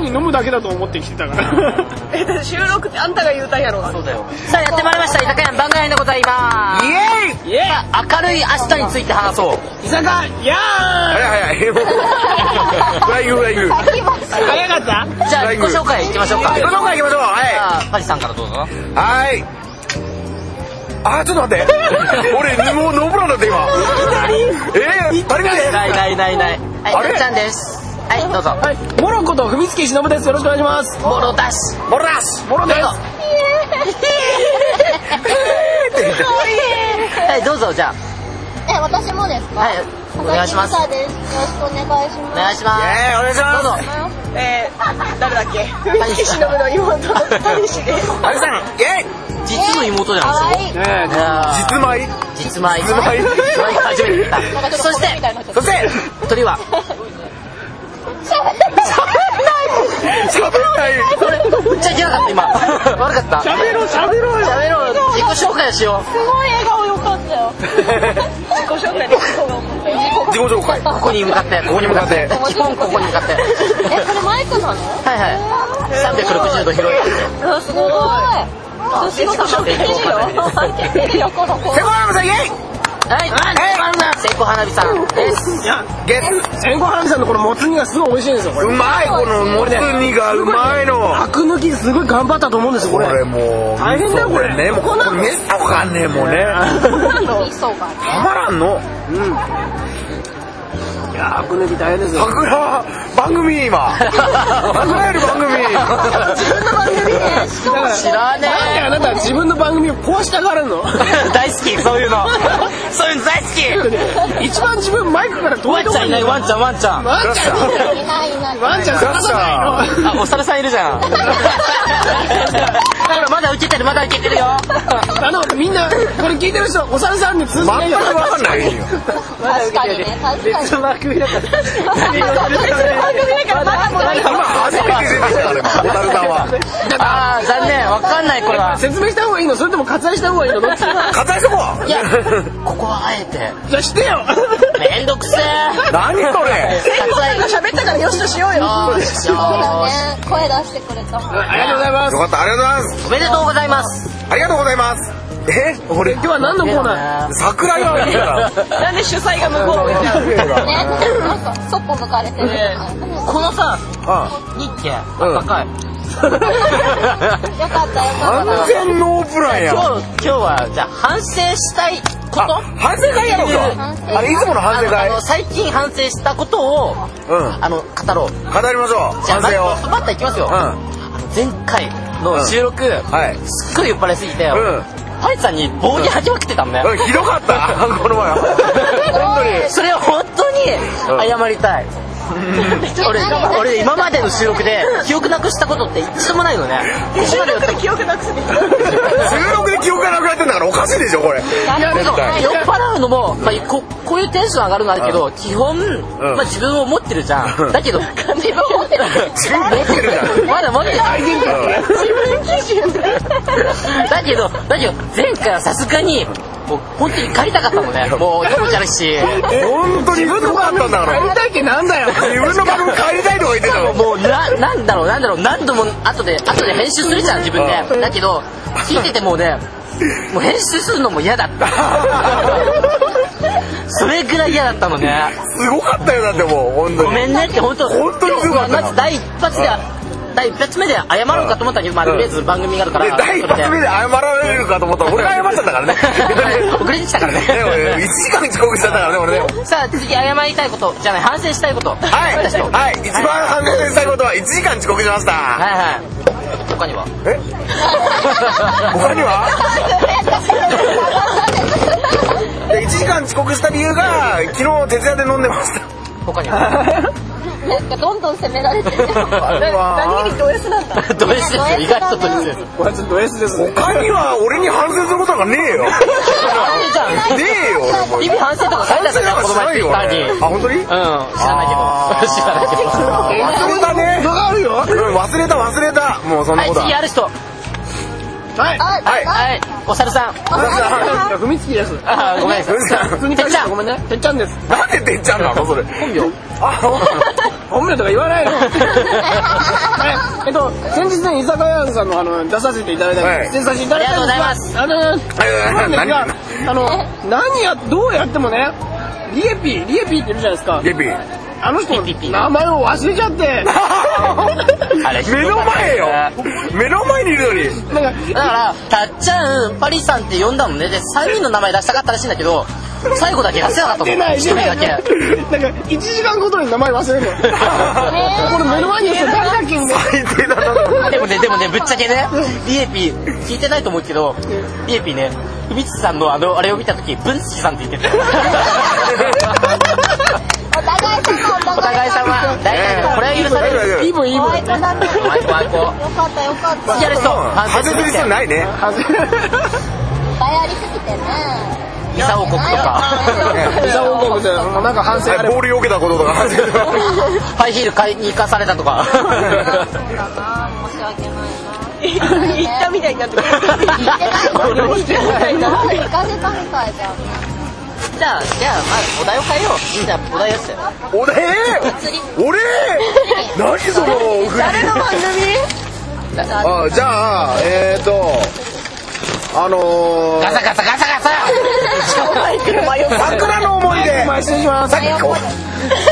に飲むだけだと思って来てたからえだって収録ってあんたが言うたんやろそうだよさあやってまいりました居酒屋の番外編でございますイエーイイエー明るい明日について話そう居酒屋や 早い早いもうフライングフライングー早かったじゃあ自己紹介いきましょうか自己紹介いきましょうはいじゃあパリさんからどうぞはいあーちょっと 待って俺もうノープランだった今えー、足りないないないないないあはいれたっちゃんですはいどうぞはいモロコと文月しのぶですよろしくお願いしますボロだしボロだしモロですはいどうぞじゃえ、私もですあか。はいお願いします岡井美沙です。よろしくお願いしおます。願いしまイすエーイお願いしどうぞますえー、誰だっけリ藤木しのぶの妹の谷氏ですあれさんイエーイ実の妹じゃ可ない愛い。ねえでしょいやー実米実米実米実米が初めて言なんかっちたょっとそし子供みたていになっちゃっそ して鳥は喋んないめっちゃいけなかっ た今悪かった喋ろう喋ろうよやめろ自己紹介をしよた。すごい笑顔よかったよ。自己紹介できそうが思ったよ自己紹介うここに向かってここに 向かって基本ここに向かってえ、これマイクなの？はいはい360度広いあ、すごい。私の自己紹介いいよ。いいよ、この子。セコハムさんイエーイはい線香花火さんですいやゲッツ千花花火さんのこのもつ煮がすごい美味しいんですよこれうまいこのもつ煮がうまいのアク抜きすごい頑張ったと思うんですよここれれもう大変だよこれねもうこれ見せたらわかんねえもんね味噌が。たまらんのいやアク抜き大変ですよ桜番組今桜やる番組自分の番組で、しかも知らねなんであなたは自分の番組を壊したがるの大好きそういうのそういうの大好き一番自分マイクから遠ワいンとちこゃんにいないワンちゃんワンちゃんあワンちゃんいないいない。ワンちゃん探さないのお猿さんいるじゃんほらまだ受けてるまだ受けてるよあのみんなこれ聞いてる人お猿さんに通じない全よくわかんないよ確かにね、確かに。別の番組だか今ら初めて出てきたね小樽さんはああ残念わかんないこれは説明した方がいいのそれとも割愛した方がいいのどっちじ硬いとこいやここはあえてゃあしてよめんどくせえ何それ割喋ったからよしとしようよ愛よしよそうだしね、声出してくれたもん。ありがとうございますよかったありがとうございますおめでとうございますありがとうございますえ俺今日は何のコーナー桜井はいい からなんで主催が向こうを向いちゃうね、なんか、そっぽ向かれてる。ねこのさ あ日記高かいよかったよかった。完全ノープランや今日今日はじゃあ反省したいこあと反省会やろう反省か会あれいつもの反省あ会のあの最近反省したことをうんあの語ろう語りましょうじゃあ反省をままた行きますよ、うんあの前回の収録、はいすっごい酔っ払いすぎて、んパリさんに棒に吐きまくってたんだよ、うんひどかった この前本当にそれを本当に謝りたい、俺何俺今までの収録で記憶なくしたことって一度もないのね一度も酔っ記憶なくせに収録で記憶がなくなってんだからおかしいでしょこれ絶対払うのも、まあ、ここういうテンション上がるのあるけど、基本、まあ、自分を持ってるじゃんだけど自分を持ってる自分持ってるじゃんまだ持ってるうだけど、だけど、前回はさすがに、もう本当に借りたかったもんね。もう、よくじゃなし。んえ本当にひどかったんだか帰りらたいってなんだよ自分の番組帰りたいとか言ってたの もう、な、なんだろう、なんだろう、何度も後で、後で編集するじゃん、自分で。だけど、聞いててもうね、もう編集するのも嫌だった。それぐらい嫌だったのね。すごかったよだってもう本当ごにめんねって、本当本当に強かったなまず第一発では、第一発目で謝ろうかと思ったけど、まあ、とりあえず番組があるかでら。第一発目で謝られるかと思ったら俺が謝っちゃったからね 遅れてきたからね。ね俺1時間遅刻しちゃったからね俺ね さあ、次、謝りたいこと、じゃない、反省したいこと。はい、私とはい、一番反省したいことは1時間遅刻しました。はいはい。他にはえ他に はで ?1 時間遅刻した理由が、昨日徹夜で飲んでました。 他には なんかどんどん責められてる。何にド S なんだド S ですよ。意外とド S です。これはちょっとド S ですね他には俺に反省することがねえよ。じゃん。ねえよ、俺もう。日々反省とか書いてあったじゃん、この前ツイッターに。うん。知あ、本当にらないけど。知らないけど。あ忘れたね。あるよはうん忘れた忘れた。もうそんなはこい、とは。次ある人。いあ、はいはい、お猿さん。なんふみつきですあー、ごめん なさい。だ普通に書いてたごめんねてっちゃんですなんでてっちゃんなのそれ。本名あ、そうなの本名とか言わないのねえっと先日ね居酒屋さんのあの出させていただいたはい出演させていただいたんですがあのはいなんですがあの何やどうやってもねリエピリエピっているじゃないですかゲピーあの人のピピピ名前を忘れちゃ ってあれひどか目のった前よだ目の前にいるのになんかからたっちゃんパリさんって呼んだのねで3人の名前出したかったらしいんだけど最後だけ出せなかったもん出ない1出人なだいけなんか1時間ごとに名前忘れる のこれ目の前にいる人誰だっけみたいな最低だなでもね、でもね、ぶっちゃけね、リエピ、聞いてないと思うけど、リエピね、ふみつさんのあの、あれを見たとき、ぶんつきさんって言ってた。お互い様お互お互いい様様、大丈夫、これは許される。いいもんいい子だねお前怖い子よかったよかった付き合えそう、反省外すれるてって。ないねいっぱいありすぎてねミサ王国とか、伊沢王国でなんか反省あればボール避けたこととか反省とかハイヒール買いに行かされたとか。そうだな申し訳ない言ったみたいになってくる俺もしてないななんか行かせたみたいじゃんじゃあ、じゃあ、まずお題を変えよう。じゃあ、お題出して。俺釣り俺 何その振り誰の番組あじゃあえっ、ー、とあのガー、サガサガサガサ桜の思い出毎週しますさっきこう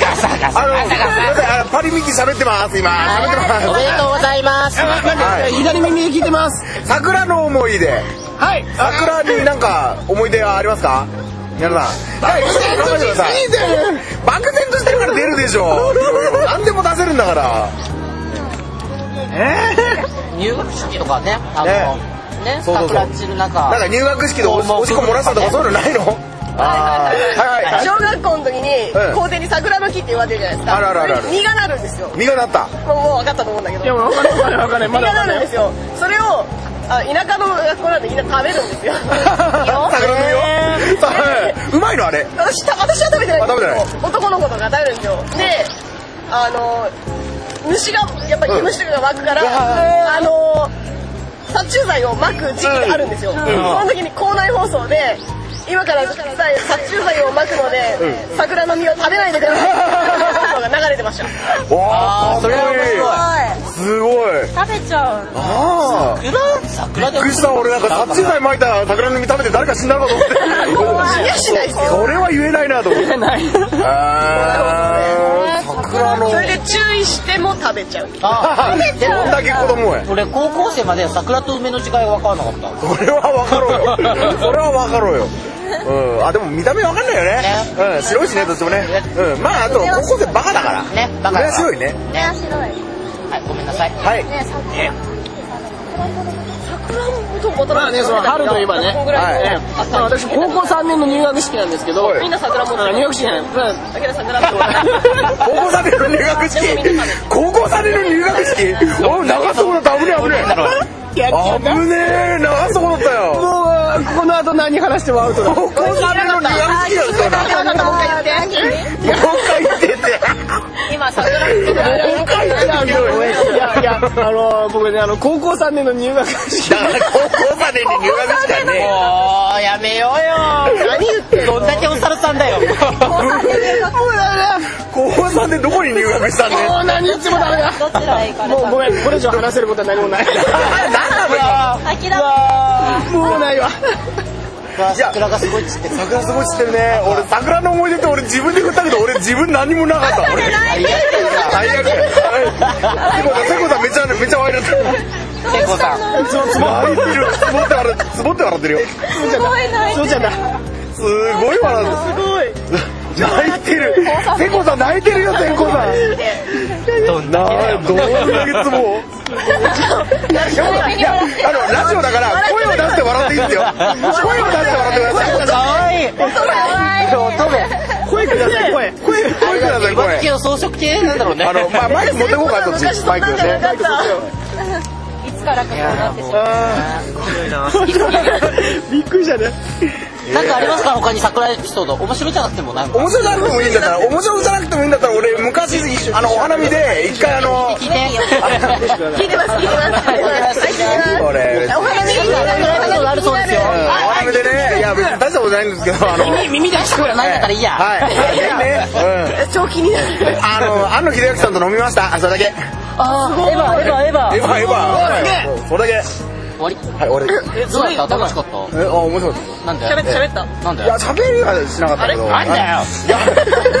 ガサガサあガのサガサ。あのパリミキ喋ってます今喋ってますおめでとうございます。あ待ってはい左耳で聞いてます桜の思い出はい桜になんか思い出はありますか皆さんはい頑張ってください漠然としてるから出るでしょ何でも出せるんだから入学式とかね、あの、ね、そうそうそう桜散るなん中か。入学式でおしおしっこ漏らしたとかそういうのないのあーはいはい小学校の時にうん校庭に桜の木って言われてるじゃないですかあるあるあるある実がなるんですよも実がなったうもう分かったと思うんだけどいやもう分かんない分かんない分かんないま実だが分かなんるんなでいすよそれをあ田舎の学校なんでみんな食べるんですよ桜の実よはいうまいのあれ私た私は食べてないんあです食けど男の子とか食べるんですよであの虫がやっぱり虫とかが湧くから、あの殺虫剤を撒く時期があるんですよ、その時に校内放送で今から殺虫剤を撒くので、桜の実を食べないでくださいっていうのが流れてましたわあそれは面白いすごい食べちゃうああ桜桜びでっくりした俺なんか殺虫剤撒いた桜の実食べて誰か死んだのかと思って いやしないですよそれは言えないなと思って 言えない桜のそれで注意しても食べちゃうあで こんだけ子供へも俺高校生まで桜と梅の違いが分からなかったそれは分かろうよそれは分かろうようん、あでも見た目分かんないよねうん、白いしねどっちもね、うん、まああと高校生バカだからねバそカれだはから白いね面白いはいごめんなさいはいねさまあねその春といえばねこんぐらいの、はいまあ私高校3年の入学式なんですけど はいみんな桜持ってある入学式じゃないまあだけど桜って 高校3年の入学式高校3年の入学式おい長そうだった危ねえ危ねやっちゃうえ危ねえ長そうだったよもうこの後何話してもアウトだ高校3年の入学式だったよなわかったもう一回言ってもう一回言ってて今桜見ていやいやいやあの僕ねあの高校3年の入学式だから高校までに入学したねもうやめようよ何言ってどんだけお猿さんだよ高校さんでどこに入学したんねもう何言ってもダメだどちらへ行かれもたうごめんこれ以上話せることは何もないなん諦めもうないわ桜がすごいっつってだ桜すごい知ってるね俺桜の思い出って俺自分で振ったけど俺自分何もなかった 俺最悪セコだセコだめちゃめちゃ笑いだ聖子さんつぼつぼ泣いてるつぼって笑ってつぼって笑ってるよすごいなそうちゃんだすごい笑ってるすごい泣いてるセコさん泣いてるよセコさんどんなだあどんだけつぼいやいやあのラジオだから声を出して笑っていいんですよ声を出して笑ってくださいけかわいい乙女声ください声声声くださいバスケ声の装飾系なんだろうねあのまあマイク持ってこうかそっちマイクねいつからかこうなってしまあびっくりしたねなんかありますか他に桜エピソード面白いじゃなくてもなんーか面白じゃなくてもいいんだったら面白じゃなくてもいいんだったら俺昔あのお花見で一回あの聞いて聞いてます聞いてますはいはい聞いてます俺お花見桜エピソードあるそうですよお花見でねいやや別に大したことないんですけどあの耳耳で聞くことないんだったらいいや、はいはいね超気になうるんあの庵野秀明さんと飲みましたあそれだけあーエヴァエヴァエエヴヴァァエヴァはいそれだ終わりけはい俺えどうだった楽しかっえあ面白かったなんだよ喋った喋ったなんだたいやよ喋りはしなかったけどなんだよ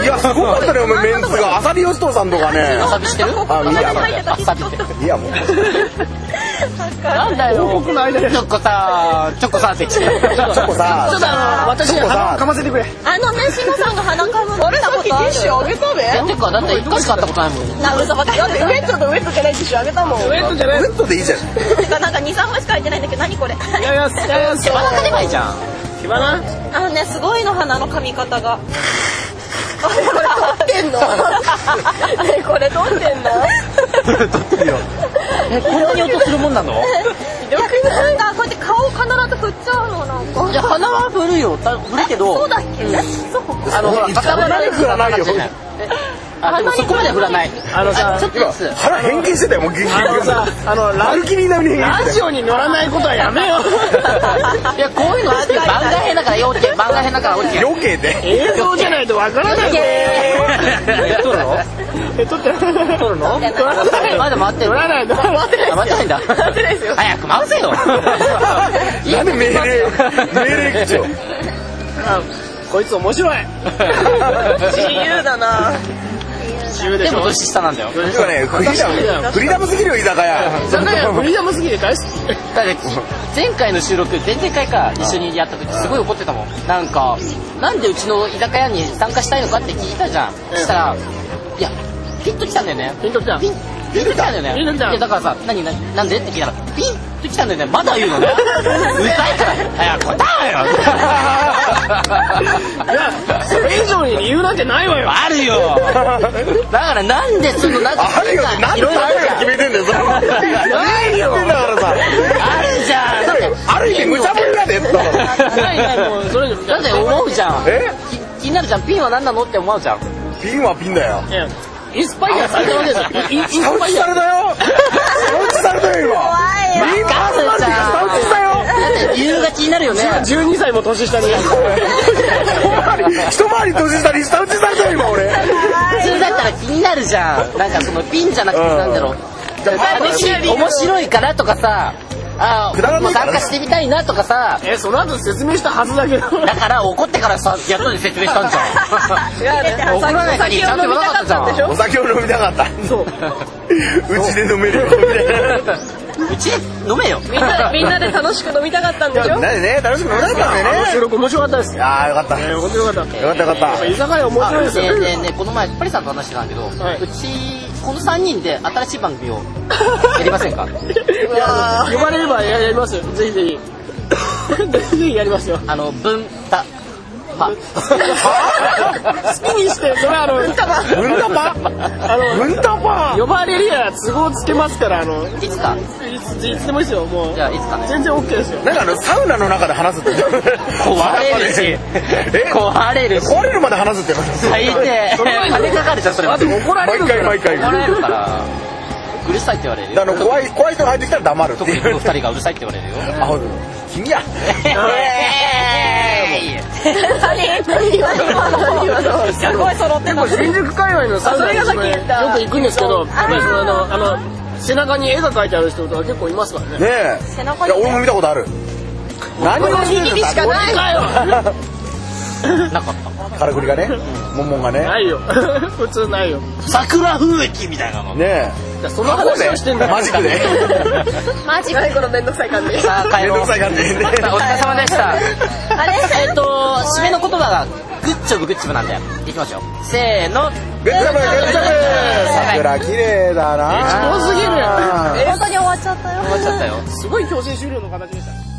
いやいやすごかったねお前メンツが浅利義人さんとかねあさびしてるあ見たあさびっていやもうなんだよ報告の間でチョコさちょこさって来てちチョコさちょっとあの私チョコさかませてくれあのね、しもさんが鼻かぶったあれさっきティッシュあげたべてかだって一回しか会ったことないもんなぶさばってだってウェットとウェットじゃないティッシュあげたもんウェットじゃないウェットでいいじゃんなんか2、3本しか入ってないんだけど、何これ。いやいやいやいや手放せればいいじゃん手放なあのね、すごいの鼻の噛み方が。ほら、撮ってんのねえこれ撮ってんのえこんなに音するもんなのなんかこうやって顔を必ず振っちゃうの、なんか。いや鼻は振るよた振るけどそうだっけ、うんそう。あのほら鼻に振らないよあでもそこまでは振らないあのさちょっと今ずつ腹変形してたよもう元気あのさあのラ歩きになるに変形ラしてジオに乗らないことはやめよいやこういうのは番外編だから要件番外編だから要た件よ余計で映像じゃないとわからないえ撮る のえ撮って撮るの撮らないまだ回ってる撮らない撮らないあ回ってないんだ回ってないですよ早く回せ よなんで命令命令口調こいつ面白い自由だな自由ででしもょ年下なんだよ今ねフリーダムフリーダムすぎるよ居酒屋だからフリーダムすぎて大 好きだって前回の収録前々回か一緒にやった時すごい怒ってたもんなんかなんでうちの居酒屋に参加したいのかって聞いたじゃんそしたらいやピンときたんだよねピンときたピンピンときたんだよねピンときたいやだからさ何ななんでって聞いたらピンときたんだよねまだ言うのねうざいからいや答えろよいやそれ以上に理由なんてないわよあるよだからなんでそのなんかあるよってなんいでろいろあ誰るじがゃん決めてんだよそれないよだからさあるじゃんだってある意味無茶ぶりだでだからないないもうそれ以上だって思うじゃんえき気になるじゃんピンは何なのって思うじゃんピンはピンだよいやインスパイアされたわけですよインイン下ス打パちイアされたよ下打ちされたよ今ピンパーソナリティが下打ちしたよだって理由が気になるよね12歳も年下に一回り 一回り年下に下打ちされたよ今俺 普通だったら気になるじゃんなんかそのピンじゃなくてうんなんだろう楽しい面白いからとかさあくだらなもういから参ね加してみたいなとかさえその後説明したはずだけどだから怒ってからさやっとで説明したんじゃ違うねん怒らない時にちゃんと言わなかったじゃんお酒を飲みたかったんでしょお酒を飲みたかった そううちで飲めるよみたいなうち飲めよみんなでみんなで楽しく飲みたかったんでし なょんでね楽しく飲めなかったんだあの収よね録面白かったですよああよかったえ本当よかったよかったよかった居酒屋面白いですねよえねえねえこの前パリさんと話してたんだけど、はいうちこの3人で新しい番 組をやりませんかいや呼ばれればやりますよぜひぜひぜひぜひやりますよ あの文太ま 好きにしてそれあのうんたぱあのうんたぱ呼ばれりゃ都合つけますからあのいいつかついつでもいいですよもうじゃあいつかね全然 OK ですよなんかあのサウナの中で話すって壊壊れるしえ壊れるし壊れるまで話すって最低それは金かかるじゃんそれあと怒ら毎れる回毎回怒られるからうるさいって言われるよあの怖い怖い人が入ってきたら黙るって特いにこのう二人がうるさいって言 われるよあほんと君やすごい揃ってます。新宿界隈のサウナあそれがさっき言ったよく行くんですけどやっぱりそのあのあの背中に絵が描いてある人とか結構いますからねねえ背中いにやね俺も見たことある何をしてるんだ俺かよなかったからくりがねモンモンがねないよ 普通ないよ桜風景みたいなのねいやその話をしてんだマジックでマジか。最後のめんどくさい感じさあめ帰んどろうくさい感じでねお疲れ様でしたあれえっと締めの言葉がグッチョブグッチョブなんだよいきましょうせーのグッジョブグッジョブ桜綺麗だな多すぎるやん本当に終わっちゃったよ。終わっちゃったよすごい強制終了の形でした